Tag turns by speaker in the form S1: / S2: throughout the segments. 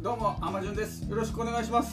S1: どうも、あまじゅんです。よろしくお願いします。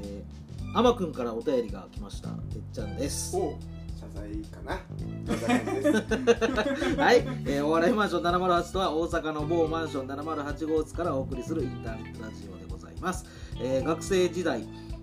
S2: えー、アマくんからお便りが来ました。てっちゃんです。
S3: を謝罪かな。謝罪 です。
S2: はい、えーお笑いマンション708とは大阪の某マンション708号室からお送りするインターネットラジオでございます。えー学生時代、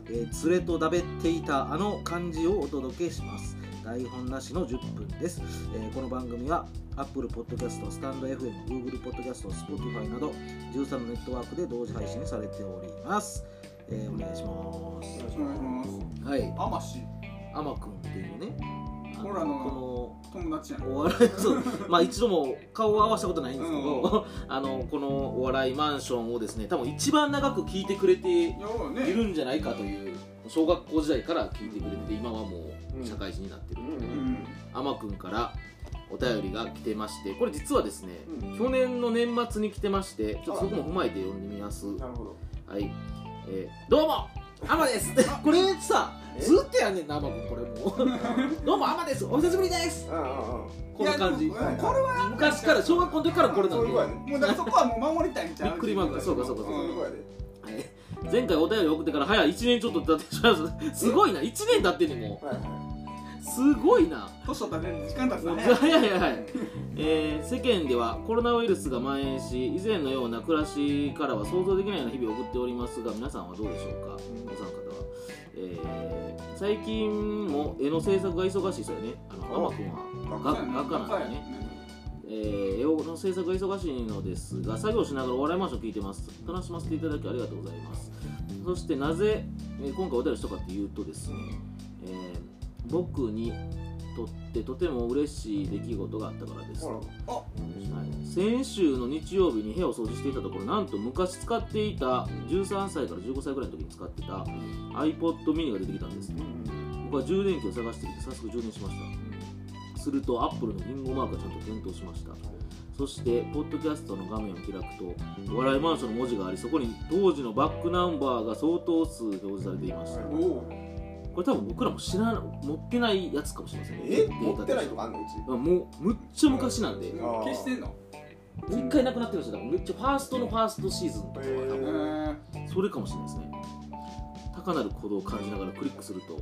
S2: えー連れとだべっていたあの漢字をお届けします。台本なしの10分です、えーこの番組は Apple Podcast、StandFM、Google Podcast、Spotify など13のネットワークで同時配信されております。えーお願いしま
S1: よ
S2: す。
S1: ろしくお願いします。
S2: はい。
S1: あまし、
S2: アマくんっていうねあ
S1: ほらあの
S2: こ
S1: 友達やん。
S2: のお笑い そうまあ一度も顔を合わせたことないんですけど、 あのこのお笑いマンションをですね多分一番長く聞いてくれてい
S1: やろうね。
S2: るんじゃないかという小学校時代から聞いてくれてて今はもう社会人になってる、
S3: うんう
S1: うんん。
S2: あまくんからお便りが来てましてこれ実はですね、
S3: うん
S2: 去年の年末に来てましてちょっとそこも踏まえて読んでみます
S3: なるほど。
S2: はい、えーどうもアマですこれさ
S3: え
S2: ずっとやんねんなアマくんこれもう どうもアマですお久しぶりです
S3: あああ
S2: この感じ
S1: いやでもうんこれは
S2: 昔から小学校の時からこれな
S3: そういうことや
S2: ん
S3: ね。
S1: もうだからそこはもう守りたいんちゃう
S2: びっくりマークそうかそうか
S3: そういうことやで。
S2: で、はい前回お便り送ってから早い1年ちょっと経ってしまいましたすごいな1年経ってんねんも
S3: はいは
S2: うすごいな
S1: 年取ったらね時間経つ
S2: も
S1: の
S2: う
S1: ね。
S2: 早い早い、えー世間ではコロナウイルスが蔓延し以前のような暮らしからは想像できないような日々を送っておりますが皆さんはどうでしょうかお三方は、えー最近も絵の制作が忙しいですよねあの
S3: あ
S2: マ君は
S3: 学
S2: が画家なんでねえー、絵の制作が忙しいのですが作業しながらお笑いマンション聞いてます楽しませていただきありがとうございますそしてなぜ、えー今回お便りしたかっていうとですね、えー僕にとってとても嬉しい出来事があったからです、
S3: ほ
S2: は
S3: ら。
S1: あ
S2: い、先週の日曜日に部屋を掃除していたところなんと昔使っていた13歳から15歳ぐらいの時に使ってた iPod mini が出てきたんです僕は充電器を探してきて早速充電しましたするとアップルのリンゴマークがちゃんと点灯しましたそしてポッドキャストの画面を開くと「お笑いマンション」の文字がありそこに当時のバックナンバーが相当数表示されていました
S1: おお。
S2: これ多分僕らも知らな持ってないやつかもしれませんね
S3: え
S2: デー
S3: 持
S2: タ
S3: ってない
S2: とし
S3: とかあんのうち。
S2: てもうむっちゃ昔なんで
S3: ん
S1: 消してんの。
S2: 一回なくなってました多分めっちゃファーストのファーストシーズンとかは多
S3: へ
S1: う
S3: ー
S2: 分
S1: ん。
S2: それかもしれないですね高なる鼓動を感じながらクリックすると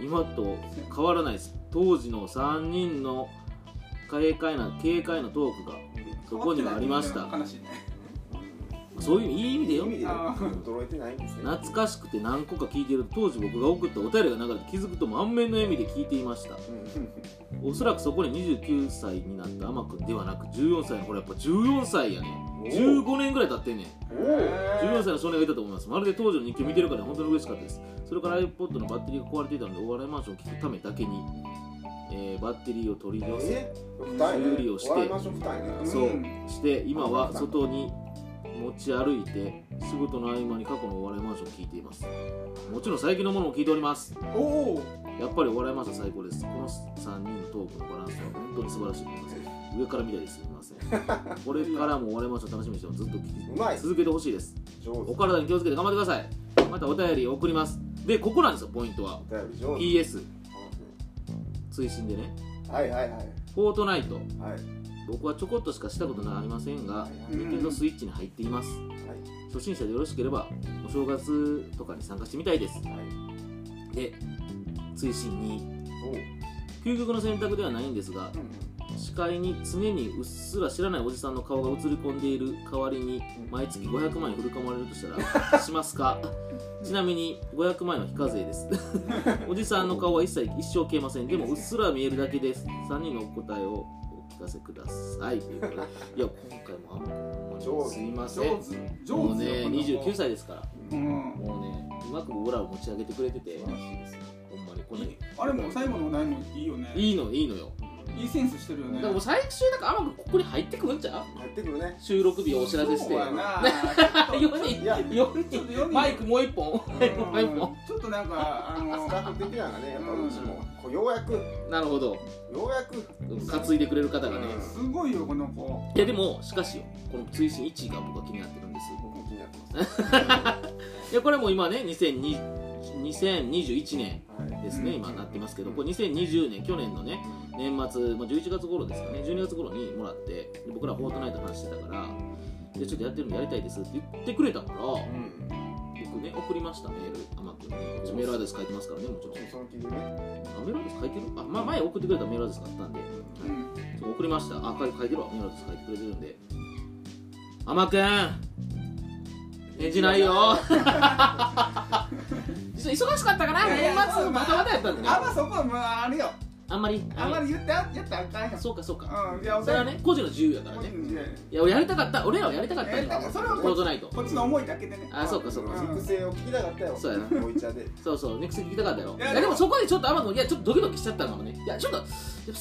S2: 今と変わらないです当時の3人の軽快な軽快なトークがそこにはありました
S1: 悲しいね。
S2: そういういい意味でよ
S3: 意味で
S1: あー
S3: 驚いてないんですね。
S2: 懐かしくて何個か聞いていると当時僕が送ったお便りが流れて気づくと満面の笑みで聞いていました
S3: うん
S2: おそらくそこに29歳になった天くんではなく14歳のほらやっぱ14歳やね
S3: おー
S2: 15年ぐらい経ってんねん
S3: おお。
S2: 14歳の少年がいたと思いますまるで当時の日記を見てるから本当に嬉しかったですそれから iPod のバッテリーが壊れていたのでお笑いマンションを聞くためだけに、えーバッテリーを取り寄せ
S3: え？二人
S1: 修
S2: 理をして
S3: 笑いましょう二人ね。
S2: そう
S1: うん
S2: して今は外に持ち歩いて仕事の合間に過去のお笑いマンションを聞いていますもちろん最近のものも聞いております
S1: おお。
S2: やっぱりお笑いマンション最高ですこの3人のトークのバランスは本当に素晴らしいと思います上から見たりすみ ませんこれからもお笑いマンション楽しみにしてもずっと
S3: うま
S2: 聞
S3: い
S2: き続けてほしいです
S3: 上
S2: お
S3: 手。
S2: 体に気をつけて頑張ってくださいまたお便り送りますでここなんですよポイントは
S3: お便り上手。
S2: PS 推進でね
S3: はいはいはい
S2: フォートナイト
S3: はいはい
S2: 僕はちょこっとしかしたことがありませんが
S3: はい
S1: うん
S2: Nintendo Switch に入っています
S3: は
S2: 初心者でよろしければお正月とかに参加してみたいです
S3: いはい。
S2: で推進に
S3: おう
S2: 究極の選択ではないんですが
S3: うん
S2: 視界に常にうっすら知らないおじさんの顔が映り込んでいる代わりに毎月500万円振り込まれるとしたら しますかちなみに500万円は非課税 ですおじさんの顔は一切一生消えませんでもうっすら見えるだけです3人のお答えをお聞かせくださいということでいや今回もあんまり
S3: 上手
S2: すいません
S1: 上手。
S2: も
S1: 上
S2: う
S1: 手
S2: ね
S1: よ。この子
S2: 29。歳ですから
S1: うん。
S2: もうねうまく僕らを持ち上げてくれてて
S3: 素
S2: ほ
S3: 晴らしいです。
S2: んまにこれね
S1: あれも最後のお題もいいよね。
S2: いいのいいのよ
S1: いいセンスしてるよね
S2: だか。らもう最終なんかあんまここに入ってくるんちゃう
S3: やってくるね。
S2: 収録日をお知らせし
S1: そ
S2: て
S1: うや な
S2: 4人
S3: いや
S2: 4
S1: ちょっ
S2: 人
S1: と4
S2: マイクもう一本マイクもう一本
S1: ちょっとなんかあ
S3: ス
S1: の
S3: カート的なのがね、やっぱうちも、こうようやく、よ
S2: なるほど
S3: うやく、
S2: 担いでくれる方がね
S3: うん
S1: すごいよこの子。
S2: いやでもしかしよこの追伸1位が僕は気になってるんです
S3: 僕も気になってます。
S2: いやこれもう今ね2020 2021年
S3: はい。
S2: でですね、
S1: うん
S2: 今なってますけどこれ2020年去年のね年末、まあ、11月頃ですかね12月頃にもらってで僕らフォートナイトの話してたからでちょっとやってるのやりたいですって言ってくれたから
S3: うん
S2: 僕ね送りましたメール天君にうちメールアドレス書いてますからねもちろん
S3: その気でね
S2: あメールアドレス書いてるあ、まあ、前送ってくれたメールアドレスがあったんで
S1: うん
S2: ちょっと送りましたあ書い書いてるわメールアドレス書いてくれてるんで天君返事ないよ忙しかったかな年末バタバタやったんでね
S1: あんまそこはまああれよ
S2: あんまり
S1: あんまり言ってあやったらあかんよ
S2: そうかそうか
S1: うんいや
S2: それはね個人の自由やから
S1: 個
S2: ね
S1: 人で
S2: いや俺やりたかった俺らはやりたかったん
S1: えだ
S2: だ
S1: から
S2: よ
S1: それ
S2: フ
S1: は
S2: ォ
S1: こ
S2: ートナイト
S1: こっちの思いだけでね
S2: あそうかそうか
S1: うん
S3: 熟成を聞きたかったよ
S2: そうやな
S3: おい茶で
S2: そうそう、ネクスト聞きたかったやろ。い
S1: いや
S2: や、でもそこでちょっと天野、いや、ちょっとドキドキしちゃったのかもね。いや、ちょっと、やっぱちょ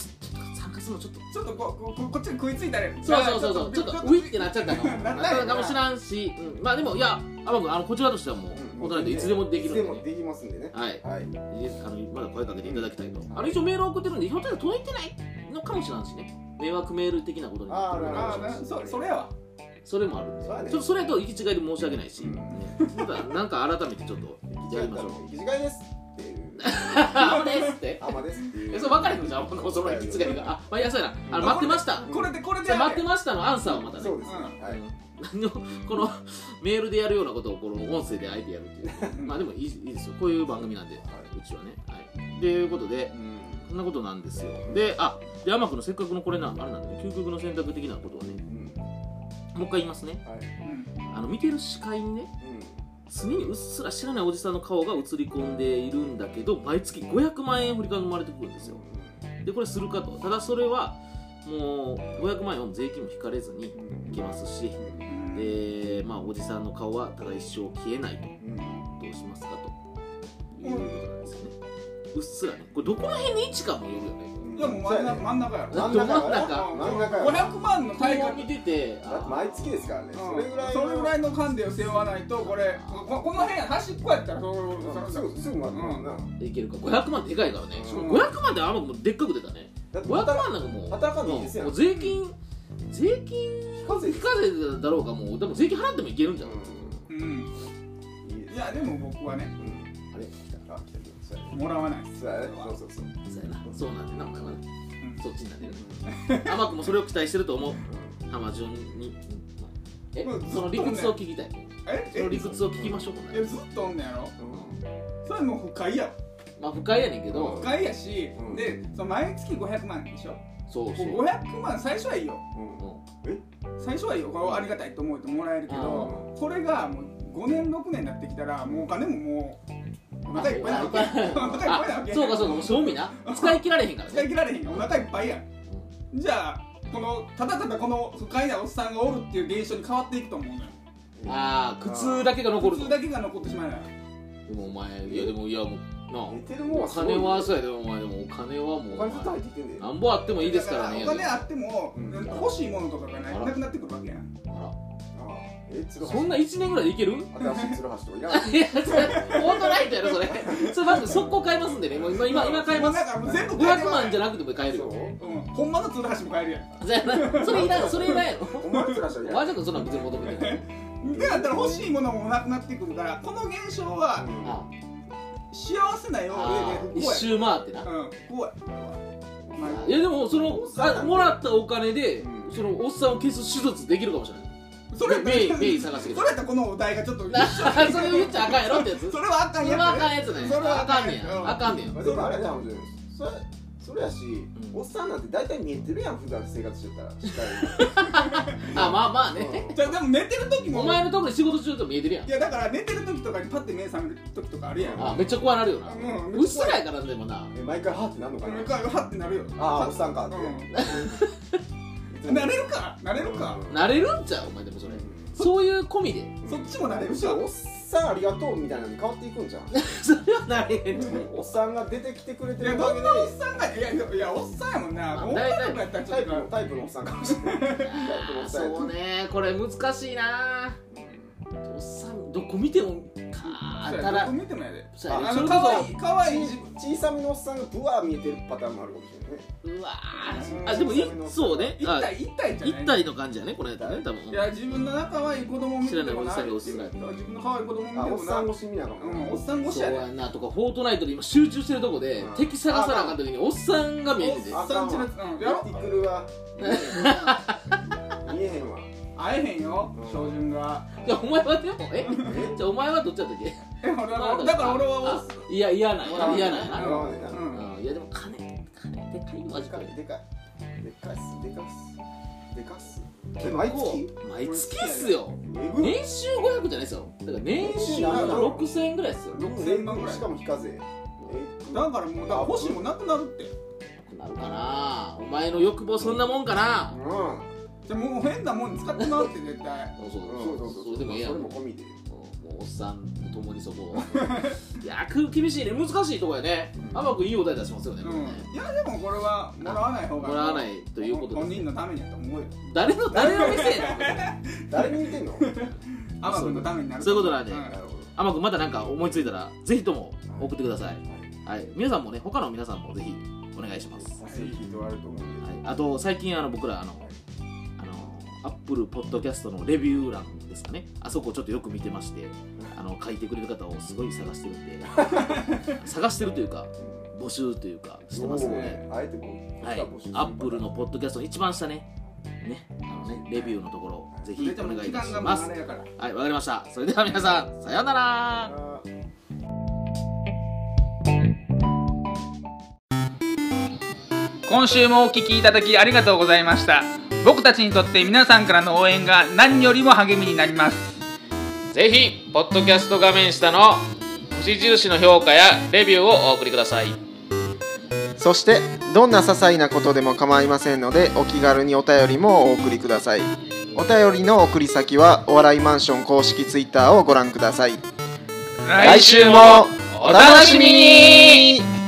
S2: っと参加するのちょっと。
S1: ちょっとここここっちに食いついたね
S2: そうそうそうそう、ちょっとウィってなっちゃったかも。
S1: な
S2: な
S1: っ
S2: った
S1: よ
S2: たかもしらんし、うんまあでも、いや、天野、あの、こちらとしてはもう、フォートナイトいつでもできる
S3: いつで
S2: ん
S3: も
S2: でね。
S3: できますんでね
S2: はい。
S3: はい
S2: いいですあのまだ声かけていただきたいと。あの一応メール送ってるんで、ひょっとしたら届いてないのかもしれんしね。迷惑メール的なことになってるかも
S1: あ
S2: しれんし
S1: あそそれやわ
S2: それもあるんで。
S3: そうやね
S2: ちょっとそれと行き違いで申し訳ないし、
S3: うん
S2: ねただなんか改めてちょっとやりましょう。
S3: 行き違いですっていう
S2: あ、ですって。
S3: あまですってい
S2: え
S3: う
S2: そう分かれへんじゃん、このその行き違いが。あ、まあ、いや、そうやな。あの待ってました。
S1: これでこれ
S2: じ
S1: で
S2: ゃあ待って
S1: ま
S2: ましたのアンサーはまたね。
S3: そうです
S1: うん
S3: はい
S2: 何の このメールでやるようなことをこの音声であえてやるっていう。まあでもいいいいですよ。こういう番組なんで、うちはね。はい。ということで、こんなことなんですよ。で、あ、で、天くのせっかくのこれな、あれなんでね、究極の選択的なことをね、
S3: うん
S2: もう一回言いますね。
S3: はい
S1: うん
S2: あの、見てる視界にね、常にうっすら知らないおじさんの顔が映り込んでいるんだけど、毎月500万円振り込まれてくるんですよ。でこれするかとただそれはもう500万円を税金も引かれずにいけますしでまあおじさんの顔はただ一生消えないとどうしますかということなんですよねうっすらねこれどこら辺の位置かもよるよね
S1: いやもう真ん中真ん中やろ
S2: だって
S3: 真ん中
S2: 真ん中
S3: 真ん中や
S1: 500万の対
S2: こ
S1: 価
S2: う見てて
S3: だって毎月ですからねそれぐらい
S1: それぐら
S3: い
S1: いの感で背負わないとこれこここの辺端っこやったらそうそう
S3: す
S1: そう
S3: ぐすぐ待ってもんな
S2: できるか500万でかいからねしかも
S1: うん
S2: 500万ってあのもうでっかく出たね
S3: だって
S2: 500万なんかもう
S3: 働かんでいいですやん
S2: もう税金税金
S3: 非課税
S2: 非課税だろうかもうでも税金払ってもいけるんじゃない
S1: うん
S3: いいで
S1: い
S3: す
S1: やでも僕はね
S3: あれ来たあ来たそうや
S1: もらわないです
S3: そうやねそうそうそう
S2: そうやなそうなんだよなお前はな
S1: うん
S2: そっちになってる甘くもそれを期待してると思う浜順にえ
S1: もうずっとね
S2: その理屈を聞きたい
S1: え
S2: その
S1: え
S2: 理屈を聞きましょうか
S1: えずっとおんねやろそれもう不快やろ
S2: まあ不快やねんけど
S1: 不快やし
S3: うん
S1: でその毎月500万でしょ
S2: そうそう
S1: こう500万最初はいいよ
S2: う
S1: 最初はいいよこれありがたいと思うともらえるけどこれがもう5年6年になってきたらもうお金ももうお腹いっぱいなわけや お腹いっぱいなわ
S2: あ
S1: けや
S2: そうかそうかもう賞味な使い切られへんから
S1: 使い
S2: ね
S1: 切られへんよお腹いっぱいやんじゃあこのただただこの不快なおっさんがおるっていう現象に変わっていくと思うのよ
S2: ああ苦痛だけが残
S1: 普
S2: ると
S1: 通
S2: で
S1: だけが残ってしまうのよ
S2: もお前いやでもいやもう
S3: 寝
S2: な
S3: てる
S2: あ
S3: もん
S2: お
S3: はすごい
S2: 金はそうやでお前でもお金はもう
S3: お
S2: お
S3: 金ずっと
S2: 前
S3: 入ってきてんで
S2: なんぼあってもいいですから
S1: だ
S2: ね
S1: お金あっても
S3: うん
S1: 欲しいものとかがな
S2: あら
S1: なくなってくるわけやん
S2: あ
S3: え鶴
S2: ら
S3: 橋
S2: そんな1年ぐらいでいける
S3: 新しい鶴橋とかいらん
S2: いや、それ、フォートナイトやろ、それ。それ、まず速攻買いますんでね。もう今、今、今買います。
S1: だからもう全部買え
S2: 500万じゃなくても買える
S3: そう
S2: よ。
S1: うんほんまの鶴橋も買えるやん
S2: そやなそれいらん、それいらんやろ。
S3: お前鶴橋はい
S2: お
S3: ら
S2: 前
S3: ん
S2: ちょっとそんなん別に求めてない。
S1: でだったら欲しいものもなくなってくるからこの現象は
S2: あ
S1: 幸せなよ
S2: あ
S1: う、で
S2: 一
S1: 不幸
S2: 周回ってな。
S1: やうん不幸やまあ
S2: いや、でも、その、あもらったお金で
S3: う、ん
S2: その、おっさんを消す手術できるかもしれない。
S1: それやったら
S2: メイメイ探してく
S1: そ
S2: れ
S1: れやったらこのお題がちょっと一緒
S2: あ それを言っちゃあかんやろってやつ。そ
S1: それはあかん
S2: れ
S1: や
S2: はあかん
S1: ん
S2: やつね。
S1: それは
S2: あ
S1: あか
S2: か
S1: ん
S2: んね
S1: う
S2: や。
S1: ん
S2: あかんねや。
S3: まあでもあれだもんねそれそれやし
S2: ん
S3: おっさんなんて大体見えてるやん普段生活してたら視界
S2: あ、まあまあ
S3: に
S2: ね。
S1: じゃあでも寝てる時も
S2: お前のとこで仕事中と見えてるやん
S1: い。やだから寝てる時とかにパッて目覚める時とかあるやん
S2: あ、めっちゃ怖なるよな。
S1: うん
S2: うっすらやから、でもな。
S3: え毎回はーってなんのかな
S1: 向かいがハッてなるよ
S3: ああおっさんかって
S1: うんなれるかなれるか
S2: なれるんちゃうお前でもそれそういう込みで
S1: そっちもなれる
S3: むし
S1: か
S3: ろおっさんありがとうみたいなのに変わっていくんじゃん
S2: それはなれへん
S3: おっさんが出てきてくれて
S1: いや
S3: る
S1: どんなおっさんがいやいやいやおっさんやもんな
S2: まあ
S1: 女の子やったらちょ
S3: タ
S1: っ
S3: イプの
S1: と
S3: タイプのおっさんかもしれないタイプのおっさんや
S2: そうねこれ難しいなおっさんどこ見てもかーあ
S1: そうや
S2: ただ
S1: どこ見てもやで
S2: そうやね
S1: ああ
S2: そ
S1: の
S2: れこそ
S1: 可愛い可愛い自分
S3: 小さめのおっさんがブワー見えてるパターンもあるかもしれないう
S2: わ
S3: う
S2: ー
S3: ん
S2: あでもいそうね
S1: 一
S2: あ
S1: 体一体じゃない
S2: 一体の感じやねこの間ね多分
S1: いや自分の仲はいい子供を見てもな
S2: 知らないおっさんがおっさん
S1: 自分の可愛い子供を見て
S3: ね。あ、お
S1: も
S3: っ
S1: な
S3: さん
S1: う
S3: 越しみなの。
S1: んおっさん越し
S2: そ
S1: や
S2: う
S1: で
S2: やなとかフォートナイトで今集中してるとこで
S3: うん
S2: 敵探さなあかん時におっさんが見えてて
S1: おっさんちのやつうんやろ
S3: ティクルは見えへんわ。
S1: 会えへんよ照準が
S2: じゃあお前はでもえじゃあお前はどっちだったっけ
S1: え俺はだから俺はおっ
S2: あいや嫌なんや嫌なん
S1: さ
S2: や
S1: ん
S2: な
S3: あ
S1: うんうん
S2: うんいやでも金金でかいマ
S3: で
S2: ジ
S3: か
S2: か
S3: い、
S2: よ
S3: でかい。でかいっす、でかいっす。でかっす。え、毎月
S2: 毎月っすよ
S3: えぐい
S2: 年収500じゃないですよだから年収6000円ぐらいっすよ
S1: 6000万ぐらい
S3: しかも非課税。えぐい
S1: だからもうだから欲しいもんなくなるって
S2: なるかなお前の欲望そんなもんかな
S3: うん。
S1: じゃあもう変なもんに使ってまうって絶対
S2: そうそう
S3: そうそうそう。
S2: それでもええやん
S3: それ
S2: も
S3: も込みで。
S2: うおっさんと共にそこを いやく厳しいね難しいとこやね甘くいいお題出しますよね,、ね
S1: うんいやでもこれはもらわない方が
S2: もらわないということ
S1: 本
S2: です
S1: 人のためにやと思うよ
S2: 誰の誰の店やね
S3: 誰に似 てんの
S1: アマ君のためになる
S2: そういうことなんで
S1: ん
S3: なるほど。
S2: 甘くまたなんか思いついたらぜひとも送ってください、はい、皆さんもね他の皆さんもぜひお願いします、
S3: 汗引いてあると思うんで
S2: はい、あと最近あの僕らあのあのアップルポッドキャストのレビュー欄ですかねあそこちょっとよく見てましてあの書いてくれる方をすごい探してるんで 探してるというか募集というかしてますね。
S3: あえてこう、
S2: はい、アップルのポッドキャストの一番下ねねあのねレビューのところをぜひ
S1: めちゃ
S2: お
S1: もう
S2: 願い
S1: 時
S2: いたし
S1: 間がも
S2: ま
S1: うあ
S2: す
S1: れやから
S2: はいわかりましたそれでは皆さんさようなら
S3: あー
S4: 今週もお聞きいただきありがとうございました僕たちにとって皆さんからの応援が何よりも励みになります
S2: ぜひ、ポッドキャスト画面下の星印の評価やレビューをお送りください。
S5: そしてどんな些細なことでも構いませんのでお気軽にお便りもお送りくださいお便りの送り先はお笑いマンション公式 Twitter をご覧ください
S4: 来
S5: 来週もお楽しみに